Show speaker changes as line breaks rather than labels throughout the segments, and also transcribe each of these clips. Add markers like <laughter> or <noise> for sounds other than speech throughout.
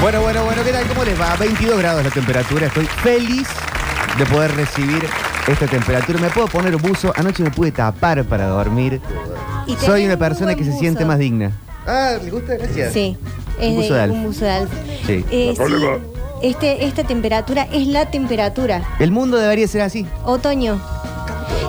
Bueno, bueno, bueno, ¿qué tal? ¿Cómo les va? 22 grados la temperatura. Estoy feliz de poder recibir esta temperatura. Me puedo poner buzo. Anoche me pude tapar para dormir.
Y tenés
Soy
un
una persona
buen
que se
buzo.
siente más digna. Ah, ¿le gusta? Gracias.
Sí, es
Un buzo de
de,
alf.
un buzo de alf.
Sí.
Eh,
No hay problema.
sí, este, esta temperatura es la temperatura.
El mundo debería ser así.
Otoño.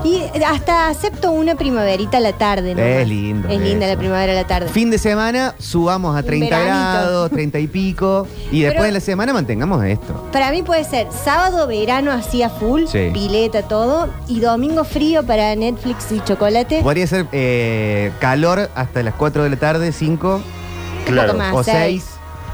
Y hasta acepto una primaverita a la tarde. ¿no?
Es lindo
Es linda
eso.
la primavera a la tarde.
Fin de semana subamos a 30
Veranito.
grados, 30 y pico. Y después
Pero-
de la semana mantengamos esto.
Para mí puede ser sábado, verano así a full,
Sí.
pileta, todo. Y domingo frío para Netflix y chocolate.
Podría ser eh, calor hasta las 4 de la tarde, 5
Claro.
más. Ah,
o 6.
seis.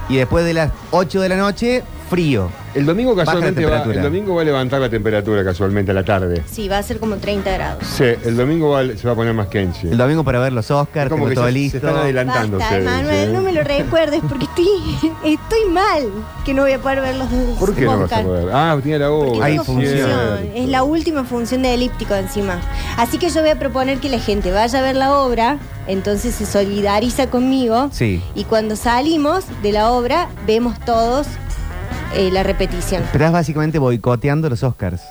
Y después de las 8 de la noche, frío.
El domingo
Baja la
casualmente va,
temperatura.
el domingo va a levantar la temperatura casualmente a la tarde.
Sí, va a ser como 30 grados.
Sí, el domingo va- se va a poner más Kenchi.
El domingo para ver los Oscars,
Es
tengo
como que
todo
se, se
listo.
están adelantando
Basta,
ustedes,
Manuel,
¿eh?
no me lo recuerdes porque estoy, estoy mal que no voy a poder ver los dos.
¿Por qué no vas a poder? Ah, tiene la
Porque
obra.
Hay
tengo función.
cierto.
Es la última función de elíptico encima. Así que yo voy a proponer que la gente vaya a ver la obra, entonces se solidariza conmigo.
Sí.
Y cuando salimos de la obra, vemos todos eh, la repetición.
Pero Estás básicamente boicoteando los Oscars.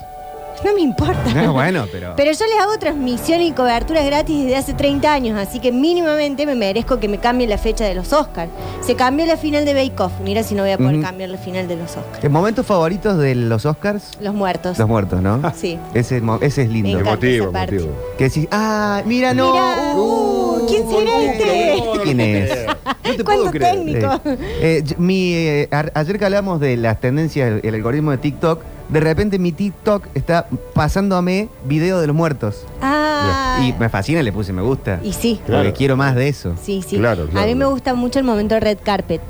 No me importa.
No, bueno, pero.
Pero yo les hago transmisión y coberturas gratis desde hace 30 años, así que mínimamente me merezco que me cambien la fecha de los Oscars. Se cambió la final de Bake Off. Mira si no voy a poder
Ujú.
cambiar la final de los Oscars.
¿Eh, ¿Momentos favoritos de los Oscars?
Los muertos.
Los muertos, ¿no? <laughs>
Sí.
Ese, mo- ese es lindo.
encanta
Emotivo,
esa parte.
emotivo.
Que decís, ah, mira, no.
Mirá, uh, ¿quién será este?
uh, ¿Quién es?
No
¿Cuánto
te puedo
<laughs>
creer.
técnico? Nico.
Eh, yo- mi, eh, a- ayer que hablamos de las tendencias, el algoritmo de TikTok, de repente mi TikTok está pasándome video de los muertos.
Ah.
Y me fascina, le puse me gusta.
Y sí,
Porque
Claro.
quiero más de eso.
sí, sí.
Claro,
A
claro.
mí me gusta mucho el momento red carpet.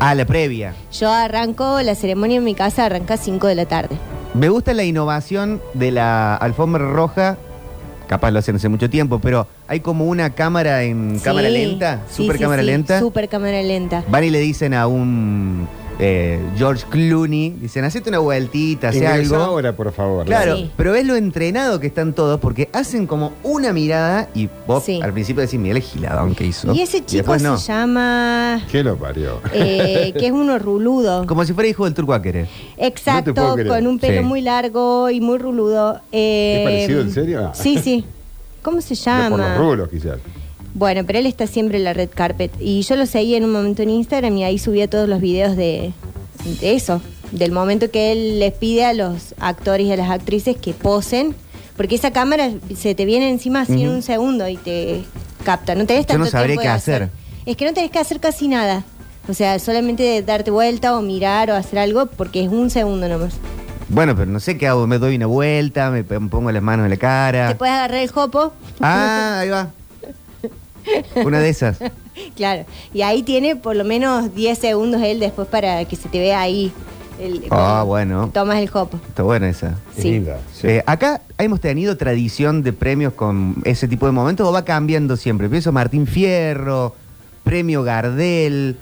Ah, la previa.
Yo arranco la ceremonia en mi casa, arranca a 5 de la tarde.
Me gusta la innovación de la alfombra roja. Capaz lo hacen hace mucho tiempo, pero hay como una cámara en
Sí.
cámara lenta,
Sí,
super
sí,
cámara
sí,
lenta.
Super cámara lenta.
Van y le dicen a un eh, George Clooney, dicen, hacete una vueltita, hace
Ingresa
algo.
ahora, por favor.
Claro,
Sí.
pero es lo entrenado que están todos porque hacen como una mirada y vos
Sí.
al principio decís, mira el giladón que hizo.
Y ese chico
después no. <laughs>
se llama.
¿Qué lo parió?
eh, que es uno ruludo.
Como si fuera hijo del turco Aquere.
Exacto,
No te puedo creer.
con un pelo
Sí.
muy largo y muy ruludo. Eh,
¿Es parecido, en serio?
Sí, sí. ¿Cómo se
Por los
llama?
rulos, quizás.
Bueno, pero él está siempre en la red carpet. Y yo lo seguí en un momento en Instagram y ahí subía todos los videos de, de eso, del momento que él les pide a los actores y a las actrices que posen, porque esa cámara se te viene encima así en
Ujú.
un segundo y te capta. No tenés
Yo no
tanto
sabría
tiempo de
qué hacer.
Es que no tenés que hacer casi nada. O sea, solamente darte vuelta o mirar o hacer algo porque es un segundo nomás.
Bueno, pero no sé qué hago, me doy una vuelta, me pe- pongo las manos en la
Te
cara.
puedes agarrar el jopo.
Ah, ahí va. Una de esas.
Claro, y ahí tiene por lo menos 10 segundos él después para que se te vea ahí. el-
Ah,
como
bueno.
Tomas el copo.
Está buena esa.
Es
Sí.
linda. Sí.
Eh, acá hemos tenido tradición de premios con ese tipo de momentos o va cambiando siempre. Pienso Martín Fierro, premio Gardel,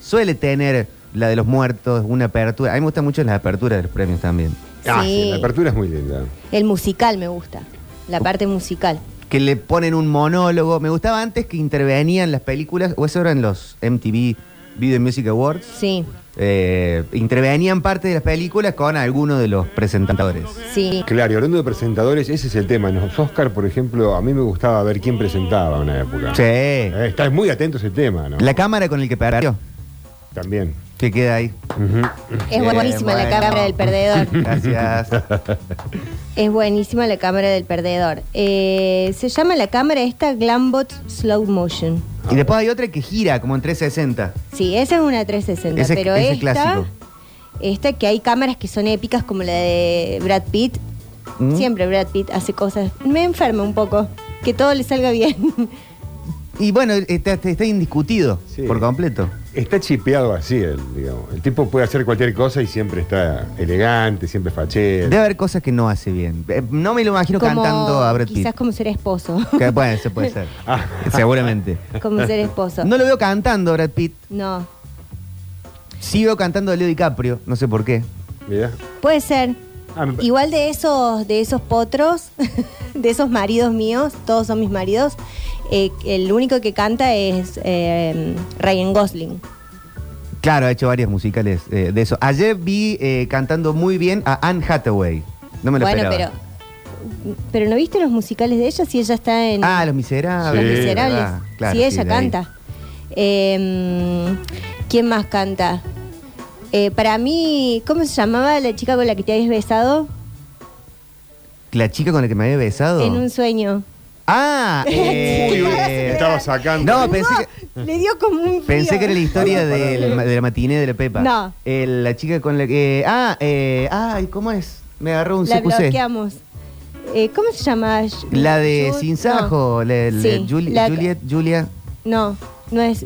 suele tener la de los muertos, una apertura. A mí me gustan mucho las aperturas de los premios también.
Ah, sí,
Sí.
la apertura es muy linda.
El musical me gusta, la parte musical.
Que le ponen un monólogo. Me gustaba antes que intervenían las películas, o eso eran los MTV Video Music Awards.
Sí,
Eh, intervenían parte de las películas con alguno de los presentadores.
sí.
Claro, y hablando de presentadores, ese es el tema. En los Oscar, por ejemplo, a mí me gustaba ver quién presentaba una época.
Sí.
Eh, estás muy atento a ese tema, ¿no?
La cámara con el que perdió,
También.
que queda ahí.
Ujú.
Es
Bien,
buenísima la
bueno.
cámara
<laughs>
del perdedor.
Gracias.
Es buenísima la cámara del perdedor. Eh, se llama la cámara esta Glambot Slow Motion.
Y después hay otra que gira como en 360.
Sí, esa es una 360,
Ese-
pero
ese
esta,
clásico.
esta que hay cámaras que son épicas como la de Brad Pitt.
¿Mm?
Siempre Brad Pitt hace cosas. Me enferma un poco, que todo le salga bien.
Y bueno, está, está- está indiscutido
Sí.
por completo.
Está chipeado así, el, digamos. El tipo puede hacer cualquier cosa y siempre está elegante, siempre fachero.
Debe haber cosas que no hace bien. Eh, <laughs> No me lo imagino
Como-
cantando a Brad Pitt.
Quizás como ser esposo.
<laughs> Que, bueno, se puede ser.
Ah.
Seguramente.
como ser esposo.
No lo veo cantando a Brad Pitt.
No.
Sí veo cantando a Leo DiCaprio. No sé por qué.
Mirá.
Puede ser.
Ah, me-
Igual de esos, de esos potros, <laughs> de esos maridos míos, todos son mis maridos, eh, el único que canta es eh, Ryan Gosling.
Claro, ha hecho varios musicales eh, de eso. Ayer vi eh, cantando muy bien a Anne Hathaway. No me lo
bueno,
esperaba.
pero. Pero no viste los musicales de ella si ella está en
Ah, Los Miserables.
Los
Sí,
Miserables.
¿verdad? Claro,
sí, ella
de ahí.
canta. Eh, ¿Quién más canta? Eh, para mí, ¿cómo se llamaba la chica con la que te habías besado?
La chica con la que me había besado.
En un sueño. <laughs>
Ah, eh,
Uy, uy,
eh,
estaba sacando.
No, pensé que-
Ah, Le dio como un. frío.
Pensé que era la historia
Pará, pará.
del ma- de la matiné de la Pepa.
No.
El- la chica con la que. ah, eh, ay, ¿cómo es? Me agarró un
La
CQC.
bloqueamos. Eh, ¿Cómo se llama?
La de
Jude-
Sin
no.
Sajo, la, la
Sí,
Juli-
la-
Juliet, Julia.
No, no es.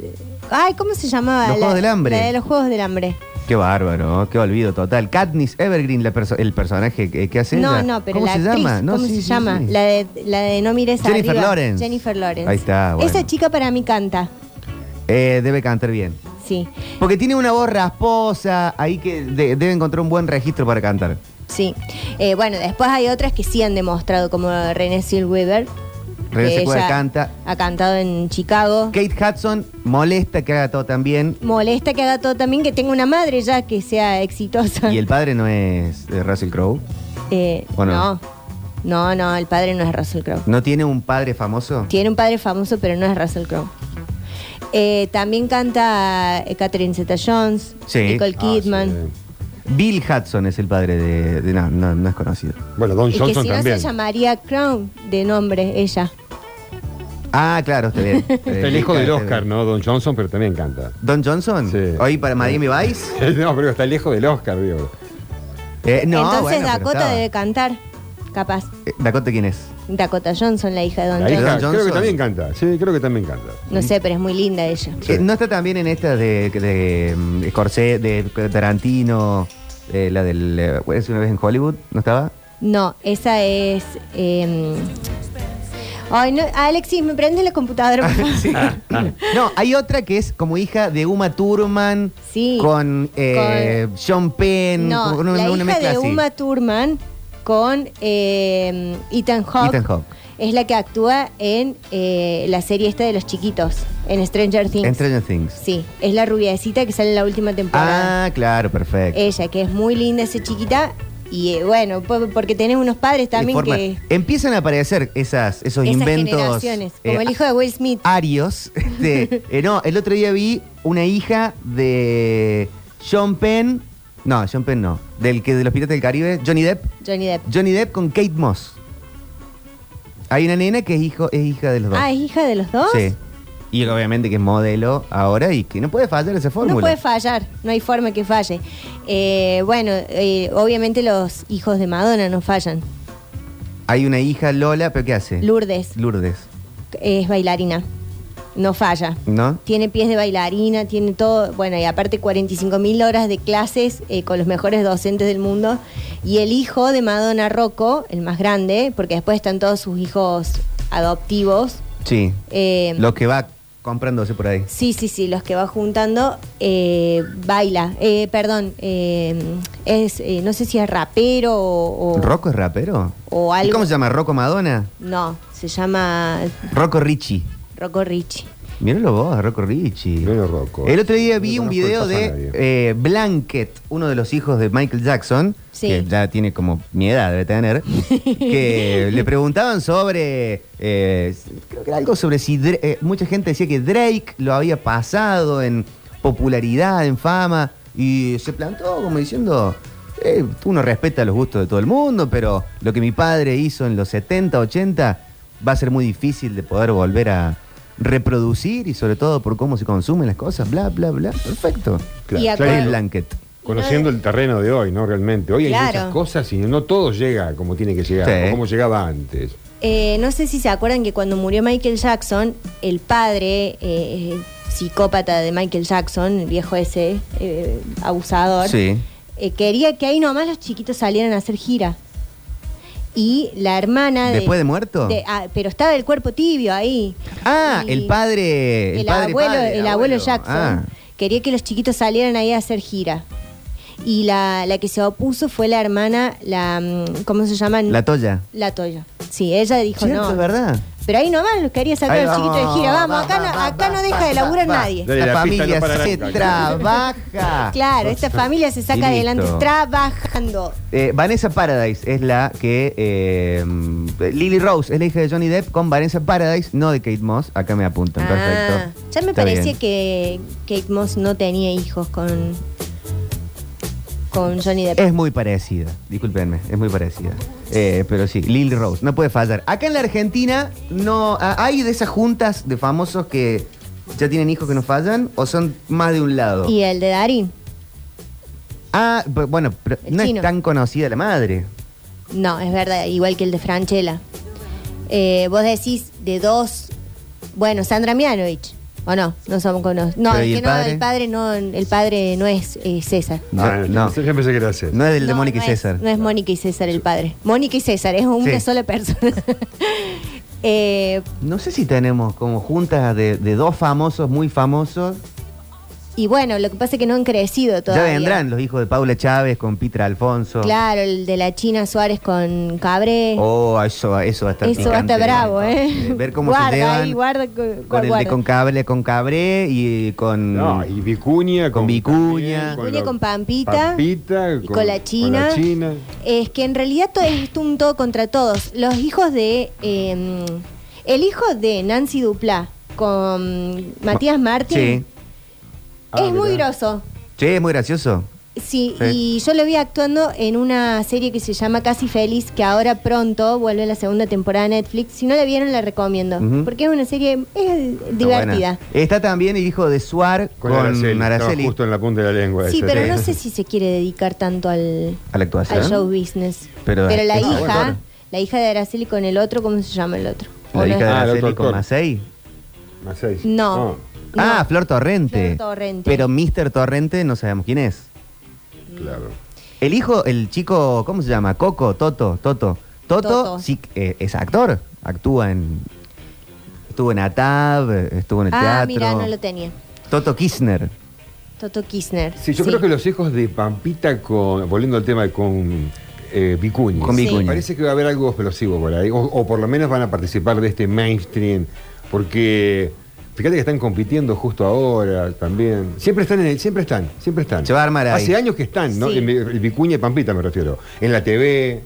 Ay, ¿cómo se llamaba?
Los
La-
Juegos del Hambre.
La de los Juegos del Hambre.
Qué bárbaro, qué olvido total. Katniss Evergreen, la perso- el personaje que, que hace.
No,
ella.
no, pero
¿Cómo
la
se
actriz,
llama? No,
¿cómo
sí,
se
sí,
llama?
sí.
La, de, la de No mires
Jennifer
arriba.
Lawrence.
Jennifer Lawrence.
Ahí está, bueno.
Esa chica para mí canta,
Eh, debe cantar bien.
sí,
Porque tiene una voz rasposa, ahí que de- debe encontrar un buen registro para cantar.
sí. Eh, bueno, después hay otras que sí han demostrado, como Renée Zellweger.
Renée
que
Zellweger
ella
canta.
Ha cantado en Chicago.
Kate Hudson molesta que haga todo tan bien.
Molesta que haga todo también, que tenga una madre ya que sea exitosa.
Y el padre no es eh, Russell Crowe.
<laughs> Eh,
¿O no?
no, no, no, el padre no es Russell Crowe.
¿No tiene un padre famoso?
Tiene un padre famoso, pero no es Russell Crowe. Eh, también canta eh, Catherine Zeta-Jones,
Sí.
Nicole
Ah,
Kidman.
Bill Hudson es el padre de. de- no, no, no es conocido.
sí. Bueno, Don
Y que
Johnson
si
también.
no se llamaría Crown de nombre ella.
Ah, claro, está
<laughs>
bien.
Está el hijo del Eh, Oscar, ¿no? Don Johnson, pero también canta. <laughs>
¿Don Johnson?
Sí.
¿Hoy para Miami Vice?
No, pero está el hijo del Oscar, digo.
Eh, no,
Entonces
bueno, pero
Dakota
estaba.
debe cantar, capaz.
Eh, ¿Dakota quién es?
Dakota Johnson, la hija de Don
La
Johnson.
hija,
Don
creo
Johnson.
que también canta. Sí, creo que también canta.
No sé, pero es muy linda ella.
Eh, ¿No está también en esta de, de, mm, de Scorsese, de Tarantino, eh, la del... eh, ¿Es una vez en Hollywood? ¿No estaba?
No, esa es... eh, Ay, no, Alexis, ¿me prendes la computadora? por favor?
Sí. Ah. No, hay otra que es como hija de Uma Thurman
Sí.
con, eh, Sean Penn.
No,
como una-
la
una
hija
mezcla
de
así.
Uma Thurman con eh, Ethan Hawke
Ethan Hawke.
es la que actúa en eh, la serie esta de los chiquitos, en Stranger Things.
En Stranger Things.
Sí, es la rubiacita que sale en la última temporada.
Ah, claro, perfecto.
Ella, que es muy linda, esa chiquita. Y eh, bueno, po- porque tenés unos padres también
Informa-
que...
Empiezan a aparecer esas, esos
esas
inventos
generaciones, como
eh,
el hijo de Will Smith.
arios. <laughs> Este, eh, no, el otro día vi una hija de Sean Penn. No, Sean Penn no. Del que de los Piratas del Caribe, Johnny Depp.
Johnny Depp.
Johnny Depp con Kate Moss. Hay una nena que es, hijo, es hija de los dos.
Ah, ¿es hija de los dos?
Sí. Y obviamente que es modelo ahora y que no puede fallar esa fórmula.
No puede fallar, no hay forma que falle. Eh, bueno, eh, obviamente los hijos de Madonna no fallan.
Hay una hija Lola, pero ¿qué hace?
Lourdes
Lourdes,
es bailarina, no falla.
¿no?
Tiene pies de bailarina, tiene todo, bueno, y aparte 45 mil horas de clases eh, con los mejores docentes del mundo. Y el hijo de Madonna Rocco, el más grande, porque después están todos sus hijos adoptivos.
Sí.
eh,
Los que va comprándose por ahí.
Sí, sí, sí, los que va juntando, eh, baila. Eh, perdón, eh, es, eh, no sé si es rapero o... o-
¿Rocco es rapero?
O
¿Y
algo.
¿Cómo se llama? ¿Rocco Madonna?
No, se llama
Rocco Richie.
Rocco Richie.
Míralo vos, Rocco Richie.
Míralo, Rocco.
El otro día
No
vi un
conozco
video
el paso a
de
nadie.
eh, Blanket, uno de los hijos de Michael Jackson,
Sí.
que ya tiene como mi edad, debe tener, que le preguntaban sobre, eh, creo que era algo sobre si, Dra- eh, mucha gente decía que Drake lo había pasado en popularidad, en fama, y se plantó como diciendo, eh, uno respeta los gustos de todo el mundo, pero lo que mi padre hizo en los 70, 80, va a ser muy difícil de poder volver a reproducir y sobre todo por cómo se consumen las cosas, bla, bla, bla. Perfecto.
Y acá-
Clary Blanket.
Conociendo el terreno de hoy, ¿no? Realmente. Hoy hay
Claro.
muchas cosas y no todo llega como tiene que llegar,
Sí.
o como llegaba antes.
Eh, no sé si se acuerdan que cuando murió Michael Jackson, el padre eh, psicópata de Michael Jackson, el viejo ese eh, abusador,
Sí.
eh, quería que ahí nomás los chiquitos salieran a hacer gira. Y la hermana de...
¿Después de muerto?
de- ah, pero estaba el cuerpo tibio ahí.
Ah,
Y-
el padre.
el,
El, padre,
abuelo,
padre,
el abuelo Jackson
Ah.
quería que los chiquitos salieran ahí a hacer gira. Y la, la que se opuso fue la hermana, la mm, ¿cómo se llama?
La Toya.
La Toya. Sí, ella dijo
Cierto,
no.
es verdad.
Pero ahí nomás los quería sacar
Ahí
al chiquito de
vamos,
gira. Vamos,
va,
acá,
va,
no,
va,
acá
va,
no deja
va,
de laburar
va.
nadie.
Dale,
la,
la pista
familia
no para
se
nunca.
trabaja.
<laughs> Claro, esta familia se saca
Y listo.
adelante trabajando.
Eh, Vanessa Paradise es la que. eh, Lily Rose es la hija de Johnny Depp con Vanessa Paradise, no de Kate Moss. Acá me apuntan,
Ah,
perfecto.
ya me
Está
parecía
bien.
que Kate Moss no tenía hijos con, con Johnny Depp.
Es muy parecida, discúlpenme, es muy parecida. Eh, pero sí, Lily Rose, no puede fallar. Acá en la Argentina no a- hay de esas juntas de famosos que ya tienen hijos que no fallan o son más de un lado.
Y eh, el de Darín,
Ah, bu- bueno, pero
El
no es
chino.
tan conocida la madre.
no, es verdad, igual que el de Franchella. Eh, vos decís de dos, bueno, Sandra Mianovich, ¿o no? No somos conocidos. No,
Pero ¿y
es
el
que no,
padre?
el padre no, el padre no es eh, César.
Ah,
No, no,
Yo pensé que era hacer.
no es del de
No,
Mónica y
no es-
César.
no es Mónica y César el padre. Mónica y César, es
Sí.
una sola persona. <laughs> Eh,
No sé si tenemos como juntas de, de dos famosos, muy famosos.
y bueno, lo que pasa es que no han crecido todavía.
Ya vendrán los hijos de Paula Chávez con Pitra Alfonso.
Claro, el de la China Suárez con Cabré.
Oh, eso, eso va a estar
Eso va a estar
picante.
bravo, ¿eh?
Ver cómo
guarda
se llevan.
ahí, guarda, cu-
Con el de
guarda.
con cable, con cabré y con.
No, y Vicuña
Mm. Con Vicuña.
Vicuña
lo-
con Pampita.
Pampita,
Y con la China.
con la China.
Es que en realidad todo es un todo contra todos. Los hijos de. eh, el hijo de Nancy Duplá con Matías
Sí.
Martín
Ah,
es muy
mirá.
groso.
Sí, es muy gracioso.
Sí,
Sí.
y yo lo vi actuando en una serie que se llama Casi Feliz, que ahora pronto vuelve la segunda temporada de Netflix. Si no la vieron, la recomiendo.
Ujú.
Porque es una serie es
Está buena.
divertida.
Está también el hijo de Suar con,
Con, Araceli. estaba
Araceli.
justo en la punta de la lengua.
Sí,
esa,
pero
sí.
no sé si se quiere dedicar tanto al,
A la
al
actuación.
show business.
Pero-
Pero, la
Ah,
hija,
bueno, claro.
la hija de Araceli con el otro, ¿cómo se llama el otro? ¿O
La hija
no
de
es?
Ah, el otro
Araceli con
actor.
Macei.
Más seis.
No. No.
Ah, Flor Torrente.
Flor Torrente.
Pero Mr. Torrente no sabemos quién es.
No, claro.
El hijo, el chico, ¿cómo se llama? Coco, Toto, Toto. Toto,
Toto.
sí, eh, es actor. Actúa en. Estuvo en ATAB, estuvo en el
Ah,
teatro.
mira, no lo tenía.
Toto Kirchner.
Toto Kirchner.
Sí, yo creo que los hijos de Pampita con, volviendo al tema con eh, Vicuña.
Con
Sí.
Vicuña.
Parece que va a haber algo explosivo por ahí, o, o por lo menos van a participar de este mainstream, porque fíjate que están compitiendo justo ahora también. Siempre están en el, siempre están, siempre están.
Se va a armar ahí.
Hace años que están, ¿no?
Sí.
En- en Vicuña y Pampita me refiero, en la TV,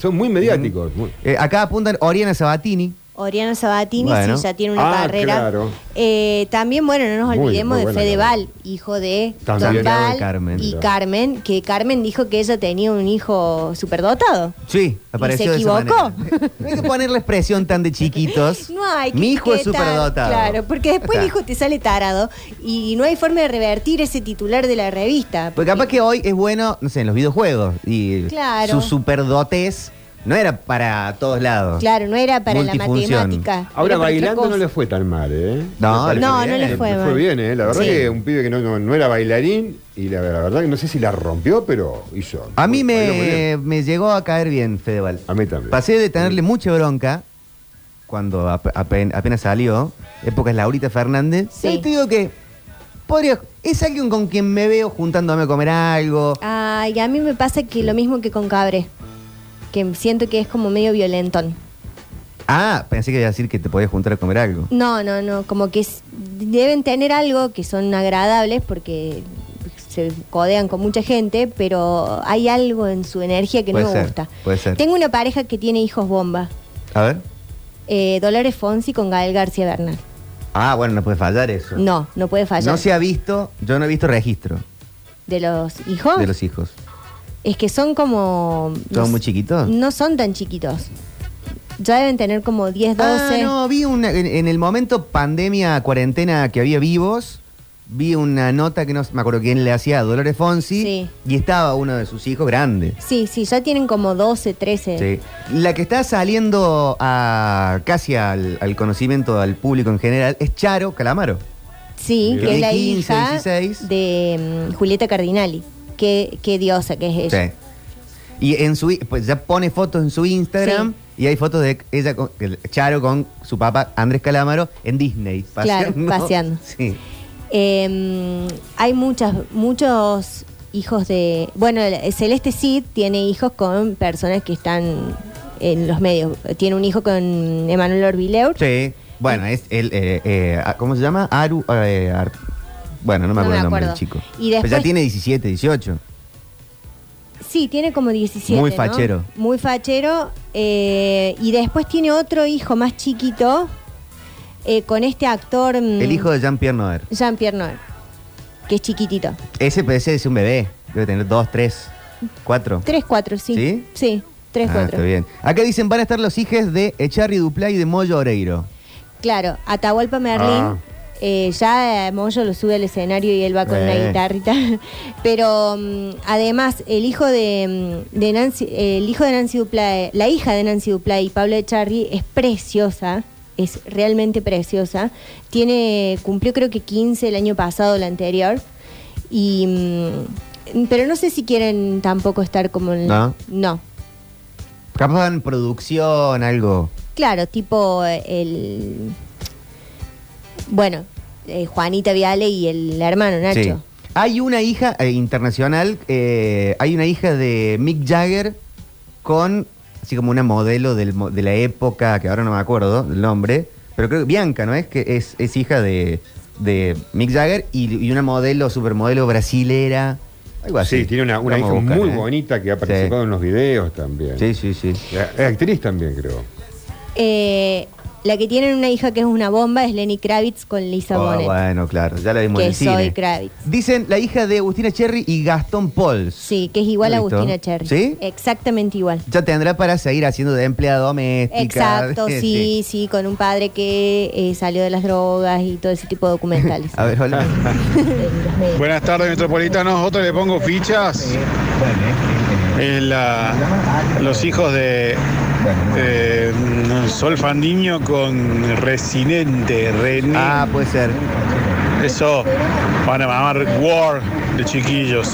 son muy mediáticos. muy-
Eh, acá apuntan Oriana Sabatini.
Oriana Sabatini
Bueno.
sí, ya tiene una
Ah,
carrera.
claro.
Eh, también, bueno, no nos
Muy,
olvidemos
muy buena
de Fedeval,
carrera.
hijo de
También.
Don
Santiago
Val
de Carmen.
y
Claro.
Carmen, que Carmen dijo que ella tenía un hijo superdotado.
Sí, apareció
se
de esa
equivocó.
manera. No hay que ponerles presión tan de chiquitos.
<laughs> No hay que
Mi hijo es
etiquetar,
superdotado.
Claro, porque después el
Está.
hijo te sale tarado y no hay forma de revertir ese titular de la revista.
Porque Pues capaz que hoy es bueno, no sé, en los videojuegos. Y su
Claro.
superdotez no era para todos lados.
Claro, no era para la
Multifunción.
matemática.
Ahora
era para otra
bailando no
cosa.
le fue tan mal, ¿eh?
No,
Me parece
no,
que
no le
bien.
fue mal.
bien, ¿eh? La verdad
Sí.
que un pibe que no, no- no era bailarín y la, la verdad que no sé si la rompió, pero hizo.
A mí
muy- bailó muy bien.
me, me llegó a caer bien Fedeval.
A mí también.
Pasé de tenerle mucha bronca cuando ap- apen- apenas salió, época es Laurita Fernández. Y
Sí.
ahí te digo que podría, es alguien con quien me veo juntándome a comer algo.
Ay, a mí me pasa que lo mismo que con Cabre, que siento que es como medio violentón.
Ah, pensé que iba a decir que te podías juntar a comer algo.
No, no, no, como que es- deben tener algo que son agradables porque se codean con mucha gente, pero hay algo en su energía que
Puede
no me
ser,
gusta.
puede ser.
Tengo una pareja que tiene hijos bomba,
A ver.
eh, Dolores Fonsi con Gael García Bernal.
Ah, bueno, no puede fallar eso.
No, no puede fallar.
No se ha visto, yo no he visto registro
¿De los hijos?
de los hijos.
Es que son como...
¿Son
Oh. no
muy
sé,
chiquitos?
No son tan chiquitos. Ya deben tener como 10, 12.
Ah, no, vi una, en, en el momento pandemia, cuarentena que había vivos, vi una nota que no me acuerdo quién le hacía a Dolores Fonsi
Sí.
y estaba uno de sus hijos grande.
Sí, sí, ya tienen como 12, 13.
Sí. La que está saliendo a, casi al, al conocimiento al público en general es Charo Calamaro.
Sí,
Mira.
que es la
15,
hija
16.
de mm, Julieta Cardinali. Qué, qué diosa que es ella.
Sí. Y en su, i- pues ya pone fotos en su Instagram y hay fotos de ella con, de Charo con su papá Andrés Calamaro en Disney.
Claro, paseando.
<laughs> Sí.
Eh, hay muchas, muchos hijos de... Bueno, el- Celeste Cid tiene hijos con personas que están en los medios. Tiene un hijo con Emanuel Orbileur.
Sí. Bueno, es el. eh, eh, ah, ¿Cómo se llama? Aru. eh, Ar- bueno, no me
No me
acuerdo el nombre del
acuerdo.
chico.
Y
Pero ya
después-
tiene 17, 18.
Sí, tiene como 17.
Muy
¿no?
fachero.
Muy fachero. eh, y después tiene otro hijo más chiquito eh, con este actor. mm,
El hijo de Jean-Pierre Noer.
Jean-Pierre Noël, que es chiquitito.
Ese parece es un bebé. Debe tener 2, 3, 4.
3, 4, sí.
¿Sí?
Sí, 3,
Ah,
4.
está bien. Acá dicen van a estar los hijes de Echarri Duplá y de Moyo Oreiro.
Claro, Atahualpa Merlín.
Ah.
eh, ya eh, Moyo lo sube al escenario y él va con
Eh.
una guitarrita. <laughs> Pero mm, además, el hijo de, mm, de Nancy, el hijo de Nancy Duplá, la hija de Nancy Duplá y Pablo Echarri es preciosa, es realmente preciosa. Tiene, cumplió creo que 15 el año pasado, el anterior. Y mm, pero no sé si quieren tampoco estar como en-
No.
No.
Capaz en producción, algo.
Claro, tipo eh, el. Bueno, eh, Juanita Viale y el hermano Nacho.
Sí. Hay una hija eh, internacional, eh, hay una hija de Mick Jagger con, así como una modelo del mo- de la época, que ahora no me acuerdo el nombre, pero creo que Bianca, ¿no es? Que es, es hija de, de Mick Jagger y, y una modelo, supermodelo brasilera, algo así.
Sí, tiene una, una hija
Vamos a buscar,
muy
¿eh?
bonita que ha
Sí.
participado en los videos también.
Sí,
Eh,
sí, sí.
Es actriz también, creo.
Eh, la que tienen una hija que es una bomba es Lenny Kravitz con Lisa
Ah,
Bonet.
bueno, claro, ya la vimos
Que
en el cine.
soy Kravitz.
Dicen la hija de Agustina Cherry y Gastón Pauls.
Sí, que es igual a
Listo.
Agustina Cherry.
¿Sí?
Exactamente
<laughs>
igual.
Ya tendrá para seguir haciendo de empleada doméstica. <laughs>
Exacto,
de-
sí, sí, con un padre que eh, salió de las drogas y todo ese tipo de documentales.
<laughs> A ver, hola.
Buenas tardes, metropolitanos. Otro le pongo fichas. Es la- los hijos de eh, Sol Fandiño con Residente, René.
ah, puede ser.
Eso van a mamar War de chiquillos.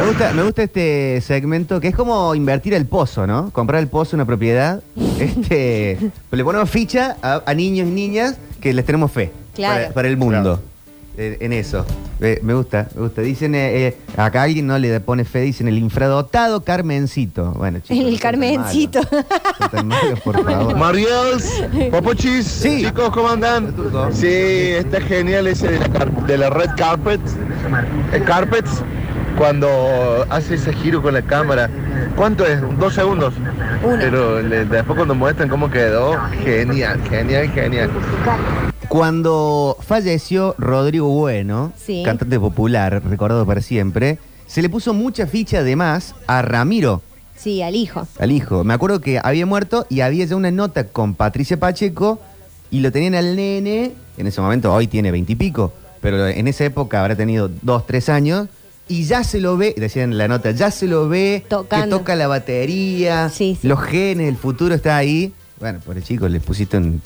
Me gusta, me gusta este segmento que es como invertir el pozo, ¿no? Comprar el pozo, una
<laughs>
propiedad. Este, le ponemos ficha a, a niños y niñas que les tenemos fe
Claro.
para, para el mundo. Eh, En eso. Eh, me gusta, me gusta. Dicen, eh, eh, acá alguien no le pone fe, dicen el infradotado Carmencito. Bueno, chicos, no sean
el
tan
Carmencito. <laughs>
malos. No sean tan malos, por favor.
Mariels, Papuchis,
Sí.
chicos, ¿cómo andan?
Turco.
Sí, está genial ese de la, car- de la red carpet, eh, carpets, cuando hace ese giro con la cámara. ¿Cuánto es? Dos segundos.
Uno.
Pero le- después cuando muestran cómo quedó, genial, genial, genial.
Cuando falleció Rodrigo Bueno,
Sí.
cantante popular, recordado para siempre, se le puso mucha ficha además a Ramiro,
sí, al hijo.
al hijo. Me acuerdo que había muerto y había ya una nota con Patricia Pacheco y lo tenían al nene, en ese momento hoy tiene veintipico, pero en esa época habrá tenido dos, tres años, y ya se lo ve, decían en la nota, ya se lo ve, que
Tocando.
toca la batería,
Sí, sí.
los genes, el futuro está ahí. Bueno, por el chico le pusiste un...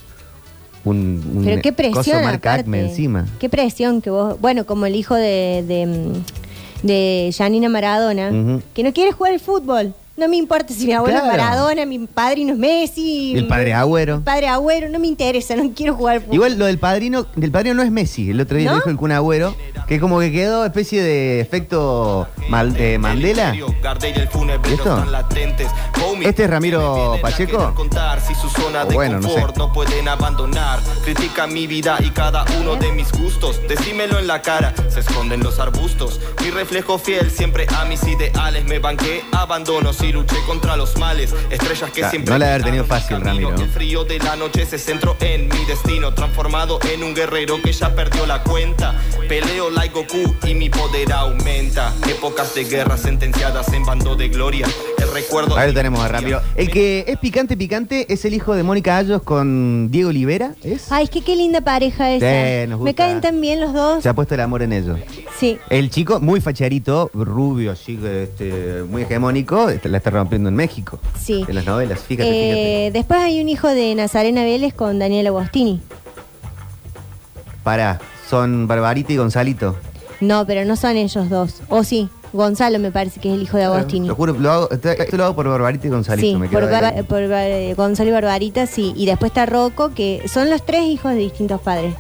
un, un
Pero qué presión.
coso marca
aparte.
Acme encima.
Qué presión que vos. Bueno, como el hijo de, de, mm, de Janina Maradona,
Ujú.
que no quiere jugar al fútbol. No me importa si mi abuelo
Claro.
es Maradona, mi padrino es Messi.
El padre Agüero.
Mi padre Agüero, no me interesa, no quiero jugar al fútbol.
Igual lo del padrino, del padrino no es Messi, el otro día
¿No?
lo dijo el Kun Agüero, que como que quedó especie de efecto mal- eh, Mandela. ¿Y esto? ¿Este es Ramiro Pacheco? O bueno,
bueno,
no sé.
no pueden abandonar. Critica mi vida y cada uno de mis gustos. Decímelo en la cara, se esconden los arbustos. Mi reflejo fiel siempre a mis ideales. Me banqué, abandono y luché contra los males. Estrellas que
Ah,
siempre.
no la debe haber tenido
guiaron mi
fácil,
camino.
Ramiro.
El frío de la noche se centró en mi destino. Transformado en un guerrero que ya perdió la cuenta. Peleo like Goku y mi poder aumenta. Épocas de guerra sentenciadas en bando de gloria. El recuerdo.
Ahí lo tenemos a Ramiro. El que es picante, picante, es el hijo de Mónica Ayos con Diego Olivera, ¿es?
Ay, es que qué linda pareja esa.
Sí, nos
me
gusta.
caen tan bien los dos.
Se ha puesto el amor en ellos.
Sí.
El chico, muy facherito, rubio, así, este, muy hegemónico, este, la está rompiendo en México.
Sí.
En las novelas, fíjate,
Eh, Después hay un hijo de Nazarena Vélez con Daniel Agostini.
fíjate. Para, son Barbarita y Gonzalito.
No, pero no son ellos dos. O sí, Gonzalo me parece que es el hijo de Agostini.
Lo juro, lo hago, esto lo hago por Barbarita y Gonzalito.
Sí,
me quedo
por,
ahí.
Bar- por Bar- eh, Gonzalo y Barbarita, sí. Y después está Rocco, que son los tres hijos de distintos padres.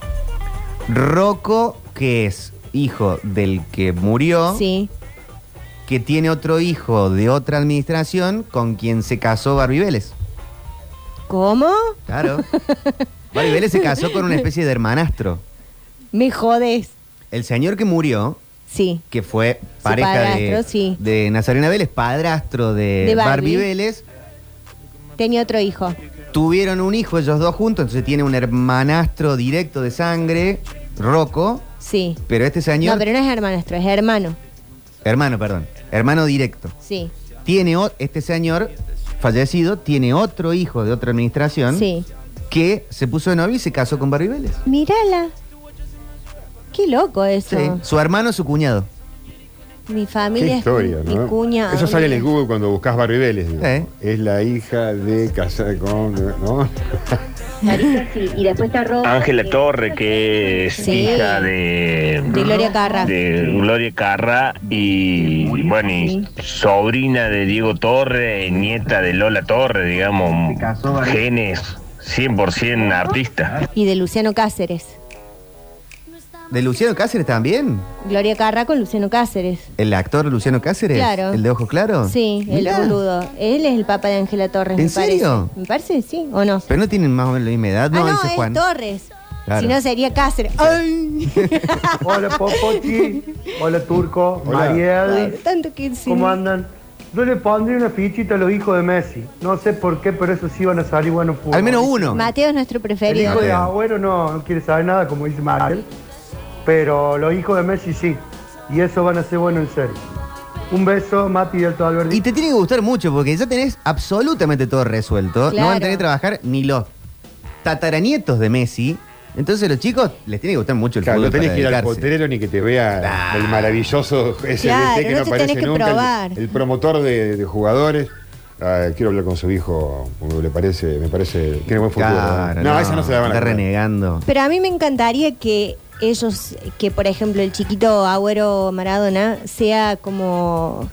Rocco, que es hijo del que murió,
Sí,
que tiene otro hijo de otra administración con quien se casó Barbie Vélez.
¿Cómo? <laughs>
Claro. Mario Vélez se casó con una especie de hermanastro.
Me jodes.
El señor que murió,
Sí.
que fue pareja de,
padrastro, sí.
de Nazarena Vélez, padrastro de,
De
Barbie.
Barbie.
Vélez,
Tenía otro hijo.
tuvieron un hijo ellos dos juntos, entonces tiene un hermanastro directo de sangre, Rocco,
Sí.
pero este señor,
No, pero no es hermanastro, es hermano.
hermano, perdón, hermano directo,
Sí.
tiene o- este señor fallecido, tiene otro hijo de otra administración
Sí.
que se puso de novio y se casó con Barbie Vélez.
Mírala. Qué loco
Sí.
eso.
Su hermano, su cuñado.
Mi
Qué
familia
historia,
es mi,
¿no?
mi cuña.
Eso sale en el Google cuando buscas Barbie Vélez. digo.
Eh.
Es la hija de casada con. ¿no?
Y después te arroba.
Ángela Torre, que es
Sí.
hija de,
De Gloria Carra.
de Gloria Carra y, bueno, y sobrina de Diego Torre, nieta de Lola Torre, digamos, genes 100% artista.
Y de Luciano Cáceres.
¿De Luciano Cáceres también?
Gloria Carra con Luciano Cáceres.
¿El actor Luciano Cáceres?
Claro.
¿El de ojos claros?
Sí, el
Mirá.
boludo. Él es el papá de Ángela Torres,
¿En
me parece.
serio?
Me parece, sí, ¿o no?
Pero no tienen más o menos la misma edad, ¿no?
ah, no,
Ese
es
Juan.
Torres.
Claro.
Si no sería Cáceres. ¡Ay!
Hola Popoti, hola Turco,
<laughs>
Hola.
Mariel,
Tanto que sí.
¿cómo andan? Yo le pondría una fichita a los hijos de Messi. No sé por qué, pero eso sí van a salir buenos fútbol.
Al menos uno.
Mateo es nuestro
El
preferido.
hijo de
Mateo.
Agüero no, no quiere saber nada, como dice Mariel. Pero los hijos de Messi sí. Y eso van a ser bueno en serio. Un beso, Mati y Alto Alberti.
Y te tiene que gustar mucho porque ya tenés absolutamente todo resuelto. No
Claro.
van a tener que trabajar ni los tataranietos de Messi. Entonces los chicos les tiene que gustar mucho el
Claro, no
fútbol
tenés
para
que ir al
dedicarse.
potrero ni que te vea
Claro.
el maravilloso <laughs> SBT
Claro,
que
no
no,
te
aparece
tenés que
nunca. el-
probar.
El, promotor de, de jugadores. Ah, quiero hablar con su hijo, porque le parece, me parece, tiene buen futuro.
Claro,
no, esa no se la van a
Está
comprar.
renegando.
Pero a mí me encantaría que ellos, que por ejemplo el chiquito Agüero Maradona, sea como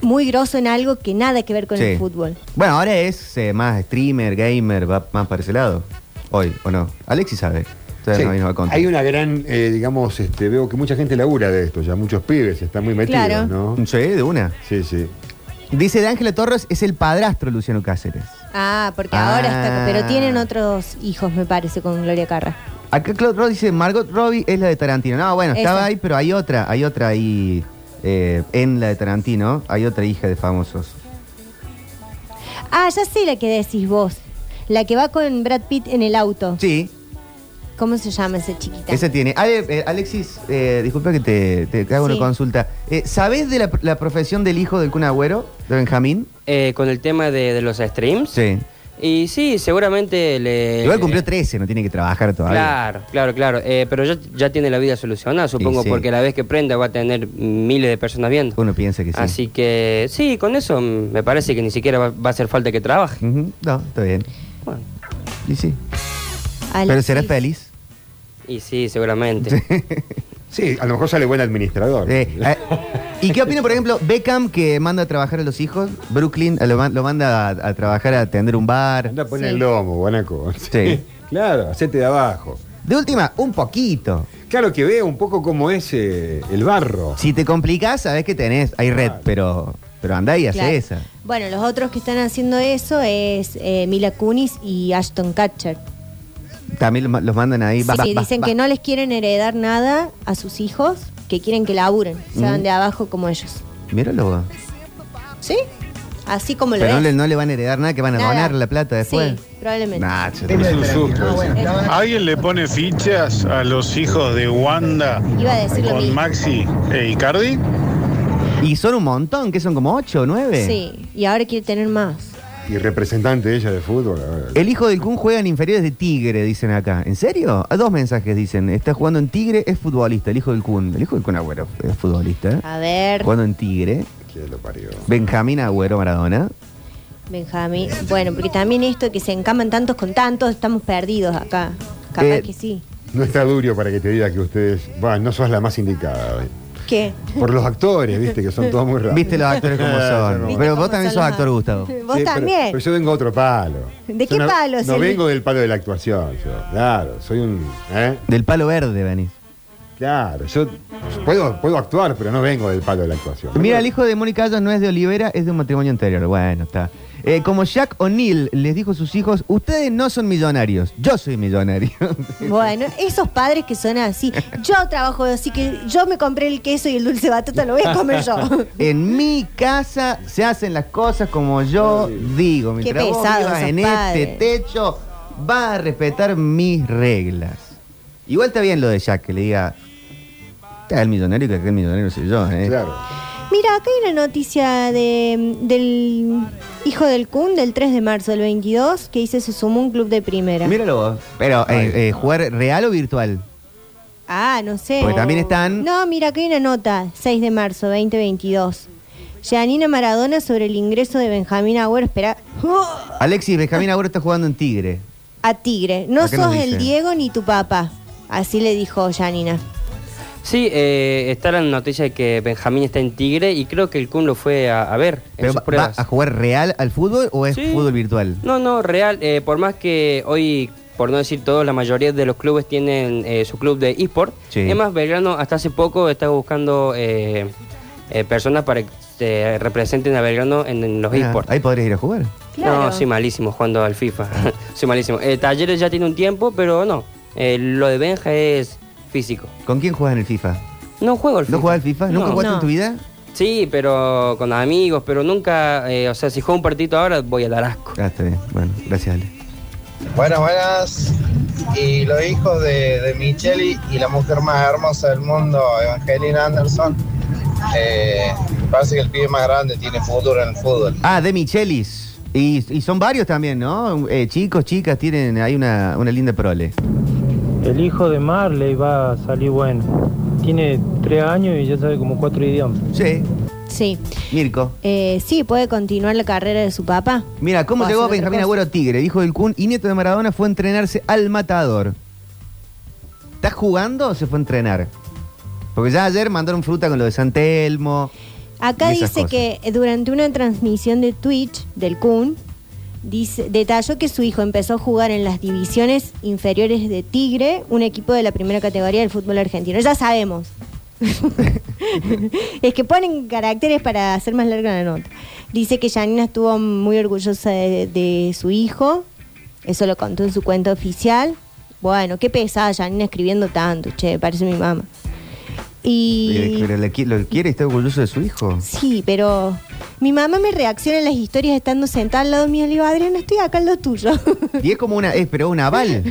muy grosso en algo que nada que ver con
Sí.
el fútbol.
Bueno, ahora es eh, más streamer, gamer, va más para ese lado. Hoy, ¿o no? Alexis sabe. Todavía
Sí.
no vino a contar.
Hay una gran, eh, digamos, este, veo que mucha gente labura de esto, ya muchos pibes están muy metidos,
Claro.
¿no?
Sí, de una.
Sí, sí.
Dice de Ángela Torres, es el padrastro Luciano Cáceres.
Ah, porque
Ah.
ahora está. Pero tienen otros hijos, me parece, con Gloria Carra.
Acá Claude Ross dice, Margot Robbie es la de Tarantino. No, bueno, estaba
Esa.
ahí, pero hay otra, hay otra ahí eh, en la de Tarantino. Hay otra hija de famosos.
Ah, ya sé la que decís vos. La que va con Brad Pitt en el auto.
Sí,
¿Cómo se llama esa chiquita?
esa tiene. Ale- eh, Alexis, eh, disculpa que te, te- te hago
Sí.
una consulta. Eh, ¿Sabés de la, la profesión del hijo del Kun Agüero, de Benjamín?
Eh, con el tema de, de los streams.
Sí.
Y sí, seguramente
Eh,
le...
Igual cumplió 13, no tiene que trabajar todavía.
Eh, Claro, claro, claro. Eh, pero ya, ya tiene la vida solucionada, supongo,
sí.
porque la vez que prenda va a tener miles de personas viendo.
Uno piensa que sí.
Así que sí, con eso mm, me parece que ni siquiera va, va a hacer falta que trabaje.
Ujú, No, está bien.
Bueno,
Y sí.
Alexis.
Pero será feliz.
y sí, seguramente.
Sí, a lo mejor sale buen administrador.
Eh, eh, ¿Y qué opina, por ejemplo, Beckham que manda a trabajar a los hijos? Brooklyn eh, lo, man- lo manda a, a trabajar a atender un bar.
<laughs> Anda a poner
Sí.
el lomo, guanaco.
eh, Sí.
<laughs> claro, hacete de abajo.
De última, un poquito.
Claro que veo un poco cómo es eh, el barro.
Si te complicás, sabés que tenés, hay red, pero, pero andá y hace
Claro.
esa.
Bueno, los otros que están haciendo eso es eh, Mila Kunis y Ashton Kutcher.
También los, ma- los mandan ahí.
Sí,
va, va, va,
dicen
va.
que no les quieren heredar nada a sus hijos, que quieren que laburen, sean
Mm.
de abajo como ellos.
Míralo.
¿Sí? Así como Pues lo
Pero no
ves.
le, no le van a heredar nada, que van a
Nada.
donar la plata después.
Sí, probablemente.
Nacho,
Es un susto. ese.
¿Alguien le pone fichas a los hijos de Wanda
Iba a decir lo
con
mismo.
Maxi e Icardi?
Y son un montón, que son como ocho o nueve.
Sí, y ahora quiere tener más.
Y representante ella de fútbol. a ver.
El hijo del Kun juega en inferiores de Tigre, dicen acá. ¿En serio? A dos mensajes dicen. Está jugando en Tigre, es futbolista. El hijo del Kun. El hijo del Kun Agüero es futbolista. ¿eh?
A ver,
Jugando en Tigre.
Que lo parió.
Benjamín Agüero Maradona.
Benjamín. Bueno, porque también esto que se encaman tantos con tantos, estamos perdidos acá. Capaz
Eh,
que sí.
No está duro para que te diga que ustedes. Bueno, no sos la más indicada. eh.
¿Qué?
Por los actores, viste, que son todos muy raros.
Viste los actores como son.
¿Viste
Pero
cómo
vos también
son
sos
los
actor,
a-
Gustavo.
Vos
Sí, pero-
también.
Pero, yo vengo de otro palo.
¿De
Yo
qué
no-
palo,
No
Silvi?
vengo del palo de la actuación. yo. Claro, soy un. ¿eh?
Del palo verde, venís.
Claro, yo puedo, puedo actuar, pero no vengo del palo de la actuación.
Mira, el hijo de Mónica Ayos no es de Olivera, es de un matrimonio anterior. Bueno, está. Eh, como Jack O'Neill les dijo a sus hijos, ustedes no son millonarios, yo soy millonario. <laughs>
Bueno, esos padres que son así. Yo trabajo así que yo me compré el queso y el dulce de batata, lo voy a comer
<laughs>
yo.
en mi casa se hacen las cosas como yo digo.
Qué
Mientras vos
pesados
vivas
esos
en
padres.
este techo, va a respetar mis reglas. Igual está bien lo de Jack, que le diga, está el millonario que aquel millonario soy yo, ¿eh?
Claro.
Mira, acá hay una noticia de, del hijo del Kun del 3 de marzo del 22 que dice se sumó un club de primera.
Míralo vos. Pero, eh, eh, ¿jugar real o virtual?
Ah, no sé.
Porque también están-
No, mira, acá hay una nota, 6 de marzo 2022. Janina Maradona sobre el ingreso de Benjamín Agüero, espera, ¡Oh!
Alexis Benjamín ahora está jugando en Tigre.
a Tigre. No
¿Por qué nos
sos el
dice?
Diego ni tu papá. Así le dijo Janina.
Sí, eh, está la noticia de que Benjamín está en Tigre y creo que el Kun lo fue a, a ver en
Pero
sus
va- ¿Va
pruebas.
a jugar real al fútbol o es
Sí.
fútbol virtual?
No, no, real. eh, por más que hoy, por no decir todos, la mayoría de los clubes tienen eh, su club de eSport.
Sí.
Es más, Belgrano hasta hace poco está buscando eh, eh, personas para que eh, representen a Belgrano en, en los
Ah,
eSports.
Ahí podrías ir a jugar.
No, soy malísimo jugando al FIFA. <laughs> soy malísimo. Eh, talleres ya tiene un tiempo, pero no. Eh, lo de Benja es físico.
¿Con quién juegas en el FIFA?
No juego al FIFA.
¿No juegas al FIFA? ¿Nunca
No.
jugaste
No.
en tu vida?
Sí, pero con amigos, pero nunca, eh, o sea, si juego un partido ahora voy al Arasco.
Ah, está bien. Bueno, gracias, Ale.
Buenas, buenas. Y los hijos de, de Micheli y la mujer más hermosa del mundo, Evangelina Anderson. eh, parece que el pibe más grande tiene futuro en el fútbol.
Ah, de Michelis. Y, y son varios también, ¿no? Eh, chicos, chicas, tienen hay una, una linda prole.
El hijo de Marley va a salir bueno. Tiene tres años y ya sabe como cuatro idiomas.
Sí.
Sí.
Mirko.
Eh, sí, puede continuar la carrera de su papá.
Mira, ¿cómo
O
llegó
hacer otra
Benjamín
cosa.
Agüero Tigre? Dijo el Kun y nieto de Maradona fue a entrenarse al matador. ¿Estás jugando o se fue a entrenar? Porque ya ayer mandaron fruta con lo de San Telmo.
Acá
y esas
dice
cosas.
que durante una transmisión de Twitch del Kun, dice, detalló que su hijo empezó a jugar en las divisiones inferiores de Tigre, un equipo de la primera categoría del fútbol argentino. Ya sabemos. <laughs> es que ponen caracteres para hacer más larga la nota. Dice que Janina estuvo muy orgullosa de, de su hijo. Eso lo contó en su cuenta oficial. Bueno, qué pesada Janina escribiendo tanto, che, parece mi mamá.
Eh,
Y...
Pero eh, le qui- lo quiere, está orgulloso de su hijo.
Sí, pero mi mamá me reacciona en las historias estando sentada al lado mío. Le digo, Adriana, estoy acá al lado tuyo. <laughs>
Y es como una, es, pero un aval.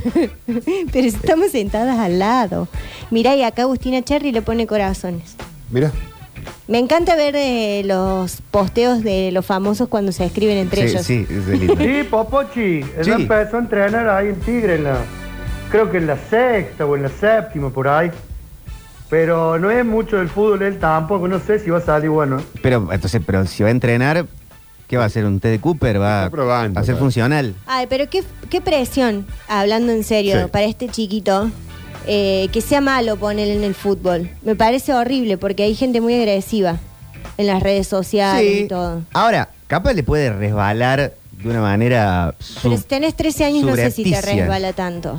pero estamos sentadas al lado. Mirá, y acá Agustina Cherry le pone corazones.
Mirá.
Me encanta ver eh, los posteos de los famosos cuando se escriben <laughs> entre ellos.
sí, es de lindo.
Sí, Popochi. Él
Sí.
empezó a entrenar ahí en Tigre, en la, creo que en la sexta o en la séptima, por ahí. Pero no es mucho del fútbol él tampoco, no sé si va a salir bueno. ¿eh?
Pero entonces, pero si va a entrenar, ¿qué va a hacer? ¿Un té de Cooper? ¿Va
Está probando,
a ser
claro.
funcional?
Ay, pero qué, qué presión, hablando en serio,
Sí.
para este chiquito. eh, que sea malo poner en el fútbol. Me parece horrible porque hay gente muy agresiva en las redes sociales y todo.
Ahora, capaz le puede resbalar de una manera. sub-
Pero este si tenés 13 años no sé si te
subrepticia.
resbala tanto.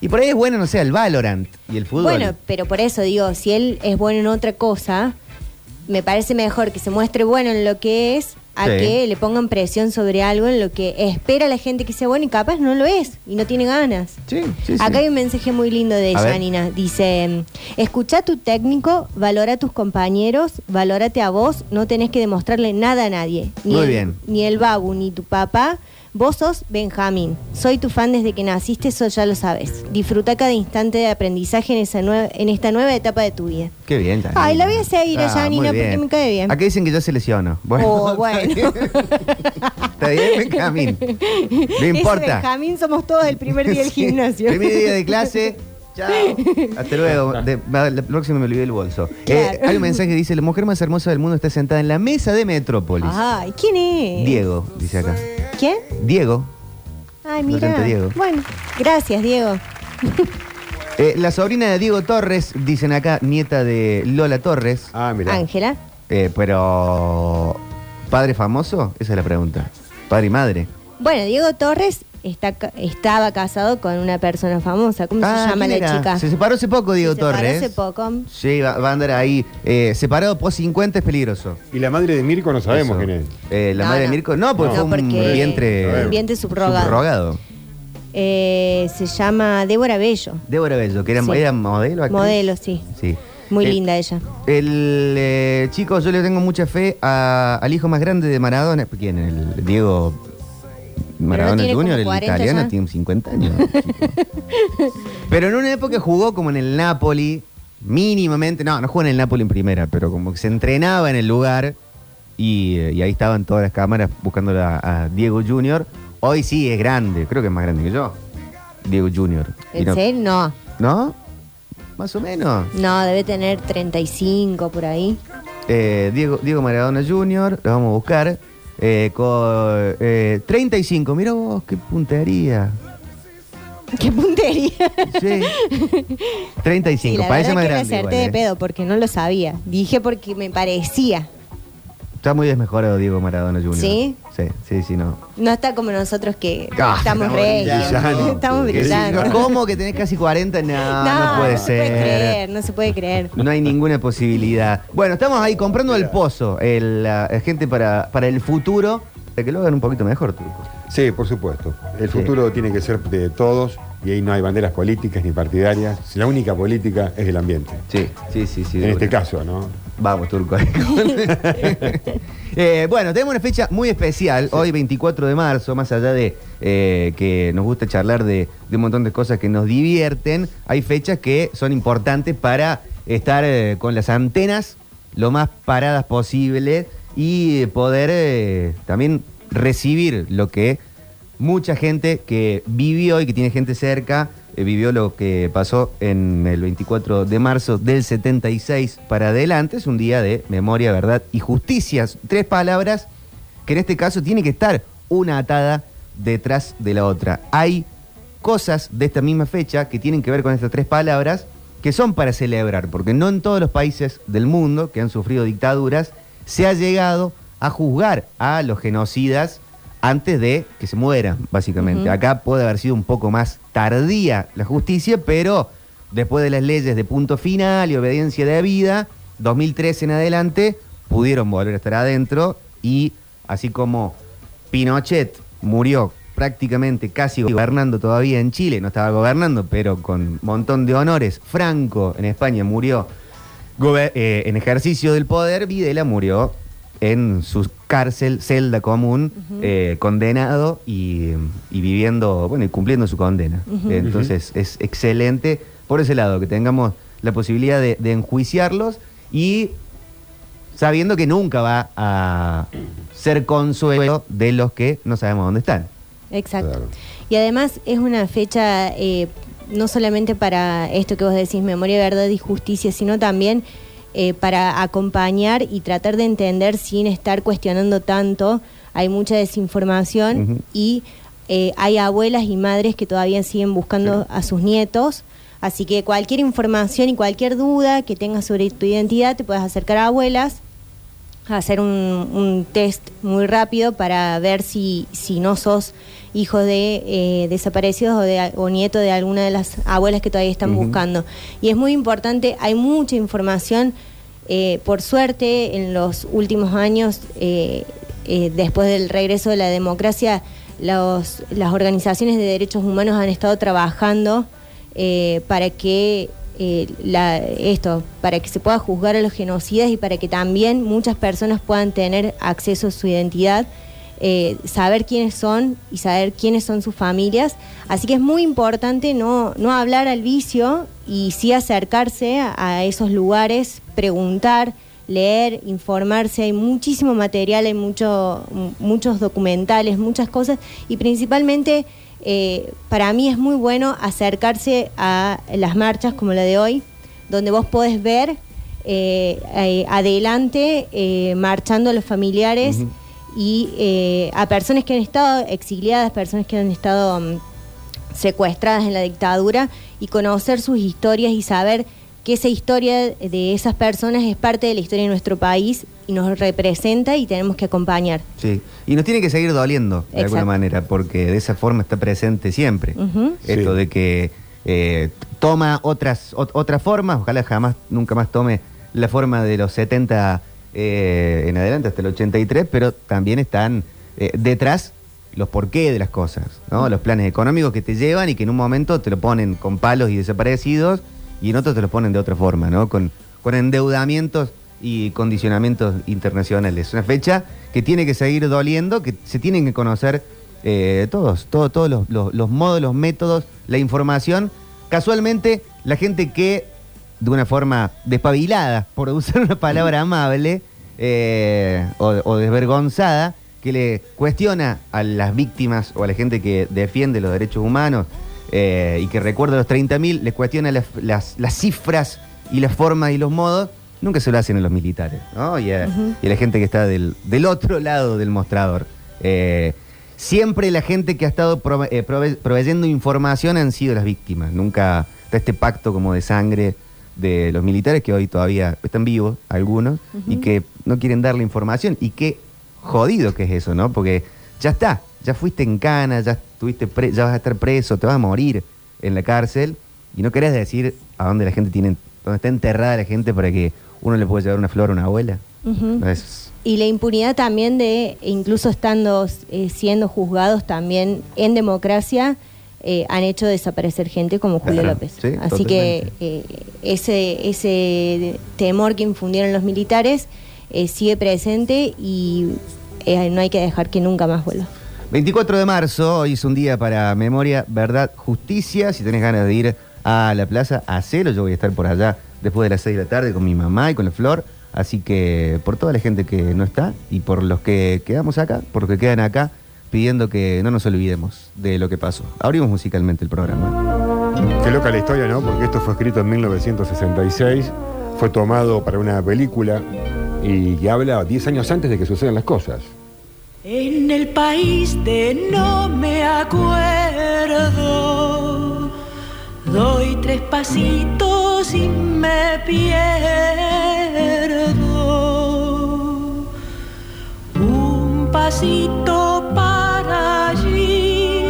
Y por ahí es bueno, no sé, el Valorant y el fútbol.
Bueno, pero por eso digo, si él es bueno en otra cosa, me parece mejor que se muestre bueno en lo que es a
Sí.
que le pongan presión sobre algo en lo que espera la gente que sea bueno y capaz no lo es y no tiene ganas.
Sí, sí, sí.
Acá hay un mensaje muy lindo de
A ver.
Janina. Dice, escucha a tu técnico, valora a tus compañeros, valórate a vos, no tenés que demostrarle nada a nadie.
Muy
el-
bien.
Ni el babu, ni tu papá. Vos sos Benjamín. Soy tu fan desde que naciste, eso ya lo sabes. Disfruta cada instante de aprendizaje en, esa nue- en esta nueva etapa de tu vida.
Qué bien, Janina. Ah,
Ay, la voy a seguir a Janina
muy bien.
porque me cae bien.
Acá dicen que ya se lesionó. Bueno,
Oh, bueno.
<laughs> está
<laughs>
bien, Benjamín. No
Ese
importa.
Benjamín somos todos el primer día del
<laughs> Sí,
gimnasio.
Primer día
<laughs>
de clase. Chao. Hasta luego. De- va, la próxima me olvidé el bolso. Eh,
Claro.
hay un mensaje que dice: La mujer más hermosa del mundo está sentada en la mesa de Metrópolis.
Ay, ¿quién Ah, es?
Diego, dice acá.
¿Quién?
Diego.
Ay,
Lo
mira.
siento, Diego.
Bueno, gracias, Diego.
Eh, la sobrina de Diego Torres, dicen acá, nieta de Lola Torres.
Ah, mira.
Ángela.
Eh, pero. ¿Padre famoso? Esa es la pregunta. ¿Padre y madre?
Bueno, Diego Torres está, ca- estaba casado con una persona famosa. ¿Cómo
Ah,
se llama la
¿quién era?
chica?
Se separó hace poco, Diego
Se separó
Torres.
hace poco.
Sí, va, va a andar ahí. eh, separado post 50 es peligroso. Eh,
Y la madre de Mirko no sabemos quién es.
la
No,
madre de
no.
Mirko. No, porque
No,
fue un
porque-
vientre.
un vientre subrogado. Eh, se llama Débora Bello.
Débora Bello, que era,
Sí.
era modelo actriz.
Modelo, sí.
Sí.
Muy
Eh,
linda ella.
El eh, chico, yo le tengo mucha fe a- al hijo más grande de Maradona. ¿Quién? El Diego Maradona
tiene
Jr.,
como
el
40
italiano,
ya.
tiene 50 años. chico. <laughs> pero en una época jugó como en el Napoli, mínimamente. No, no jugó en el Napoli en primera, pero como que se entrenaba en el lugar y, eh, y ahí estaban todas las cámaras buscándolo a, a Diego Jr. Hoy sí es grande, creo que es más grande que yo. Diego Jr. Y
¿En
no-
serio? No.
¿No? Más o menos.
No, debe tener 35 por ahí. <laughs>
Eh, Diego, Diego Maradona Jr., lo vamos a buscar. eh, con eh, 35, mira vos, qué puntería.
¡Qué puntería! <laughs>
Sí.
Sí,
35,
la
parece más
verdad que me
grande.
acerté de
igual, eh.
pedo porque no lo sabía. Dije porque me parecía.
eh. Está muy desmejorado Diego Maradona Jr.
¿Sí?
Sí, sí, sí, no.
No está como nosotros que
Ah,
estamos reyes.
brillando.
Estamos
¿Qué decís?
brillando.
¿Cómo que tenés casi 40? No, no, puede
no se
ser.
puede creer, no se puede creer.
No hay ninguna posibilidad. Bueno, estamos ahí comprando el pozo, el, la gente para, para el futuro, para que lo hagan un poquito mejor, Turco.
Sí, por supuesto. El futuro tiene que ser de todos y ahí no hay banderas políticas ni partidarias. La única política es el ambiente.
Sí, sí, sí, sí.
En
de
este
una.
caso, ¿no?
Vamos, Turco. <laughs> Eh, bueno, tenemos una fecha muy especial, hoy 24 de marzo, más allá de eh, que nos gusta charlar de, de un montón de cosas que nos divierten, hay fechas que son importantes para estar eh, con las antenas lo más paradas posible y poder eh, también recibir lo que mucha gente que vivió y que tiene gente cerca, eh, vivió lo que pasó en el 24 de marzo del 76 para adelante. Es un día de memoria, verdad y justicia. Tres palabras que en este caso tiene que estar una atada detrás de la otra. Hay cosas de esta misma fecha que tienen que ver con estas tres palabras que son para celebrar, porque no en todos los países del mundo que han sufrido dictaduras se ha llegado a juzgar a los genocidas antes de que se mueran, básicamente.
Ujú.
Acá puede haber sido un poco más tardía la justicia, pero después de las leyes de punto final y obediencia de vida, 2013 en adelante, pudieron volver a estar adentro y así como Pinochet murió prácticamente casi gobernando todavía en Chile, no estaba gobernando, pero con montón de honores. Franco en España murió gober- eh, en ejercicio del poder, Videla murió en su cárcel, celda común, eh, condenado y, y viviendo, bueno, y cumpliendo su condena.
Ujú.
Entonces es excelente por ese lado, que tengamos la posibilidad de- de enjuiciarlos y sabiendo que nunca va a ser consuelo de los que no sabemos dónde están.
Exacto. Y además es una fecha eh, no solamente para esto que vos decís, memoria, verdad y justicia, sino también eh, para acompañar y tratar de entender sin estar cuestionando tanto. Hay mucha desinformación
Ujú.
y eh, hay abuelas y madres que todavía siguen buscando a sus nietos. Así que cualquier información y cualquier duda que tengas sobre tu identidad, te puedes acercar a abuelas hacer un, un test muy rápido para ver si, si no sos hijo de eh, desaparecidos o, de, o nieto de alguna de las abuelas que todavía están
Ujú.
buscando. Y es muy importante, hay mucha información. eh, por suerte, en los últimos años, eh, eh, después del regreso de la democracia, los- las organizaciones de derechos humanos han estado trabajando eh, para que eh, la- esto, para que se pueda juzgar a los genocidas y para que también muchas personas puedan tener acceso a su identidad, eh, saber quiénes son y saber quiénes son sus familias. Así que es muy importante no, no hablar al vicio y sí acercarse a, a esos lugares, preguntar, leer, informarse. Hay muchísimo material, hay mucho, mu- muchos documentales, muchas cosas y principalmente eh, para mí es muy bueno acercarse a las marchas como la de hoy, donde vos podés ver eh, eh, adelante eh, marchando a los familiares y eh, a personas que han estado exiliadas, personas que han estado mm, secuestradas en la dictadura y conocer sus historias y saber que esa historia de esas personas es parte de la historia de nuestro país y nos representa y tenemos que acompañar.
Sí. Y nos tiene que seguir doliendo, de
Exacto.
alguna manera, porque de esa forma está presente siempre.
Ujú.
Sí.
Esto de que eh, toma otras ot- otras formas, ojalá jamás, nunca más tome la forma de los 70 eh, en adelante, hasta el 83, pero también están eh, detrás los porqué de las cosas, ¿no? Los planes económicos que te llevan y que en un momento te lo ponen con palos y desaparecidos y en otros te lo ponen de otra forma, ¿no? Con, con endeudamientos y condicionamientos internacionales. Es una fecha que tiene que seguir doliendo, que se tienen que conocer eh, todos, todo- todos los, los- los modos, los métodos, la información. Casualmente, la gente que, de una forma despabilada, por usar una palabra amable, eh, o, o desvergonzada, que le cuestiona a las víctimas o a la gente que defiende los derechos humanos eh, y que recuerda los 30.000, les cuestiona las, las- las cifras y las formas y los modos, nunca se lo hacen a los militares, ¿no? Y a,
Ujú.
y a la gente que está del, del otro lado del mostrador. Eh, siempre la gente que ha estado prove- eh, prove- proveyendo información han sido las víctimas, nunca está este pacto como de sangre de los militares que hoy todavía están vivos, algunos, y que no quieren dar la información. Y qué jodido que es eso, ¿no? Porque ya está, ya fuiste en cana, ya, estuviste pre- ya vas a estar preso, te vas a morir en la cárcel y no querés decir a dónde la gente tiene, dónde está enterrada la gente para que uno le pueda llevar una flor a una abuela.
Ujú.
No, es-
Y la impunidad también de, incluso estando eh, siendo juzgados también en democracia, eh, han hecho desaparecer gente como Julio
Claro,
López.
sí,
Así que eh, ese, ese temor que infundieron los militares eh, sigue presente y eh, no hay que dejar que nunca más vuelva.
24 de marzo, hoy es un día para memoria, verdad, justicia. Si tenés ganas de ir a la plaza, hacelo. Yo voy a estar por allá después de las 6 de la tarde con mi mamá y con la flor. Así que por toda la gente que no está y por los que quedamos acá, por los que quedan acá, pidiendo que no nos olvidemos de lo que pasó. Abrimos musicalmente el programa.
Qué loca la historia, ¿no? Porque esto fue escrito en 1966, fue tomado para una película y que habla 10 años antes de que sucedan las cosas.
En el país de no me acuerdo, doy tres pasitos y me pierdo. Un pasito para allí,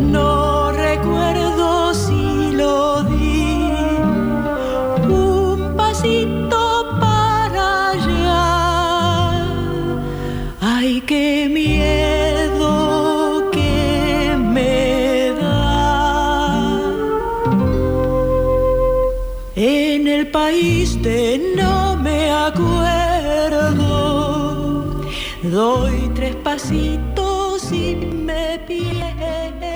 no recuerdo si lo di un pasito para allá. Ay, qué miedo que me da. En el país de no me acuerdo, doy tres pasitos y me pierdo.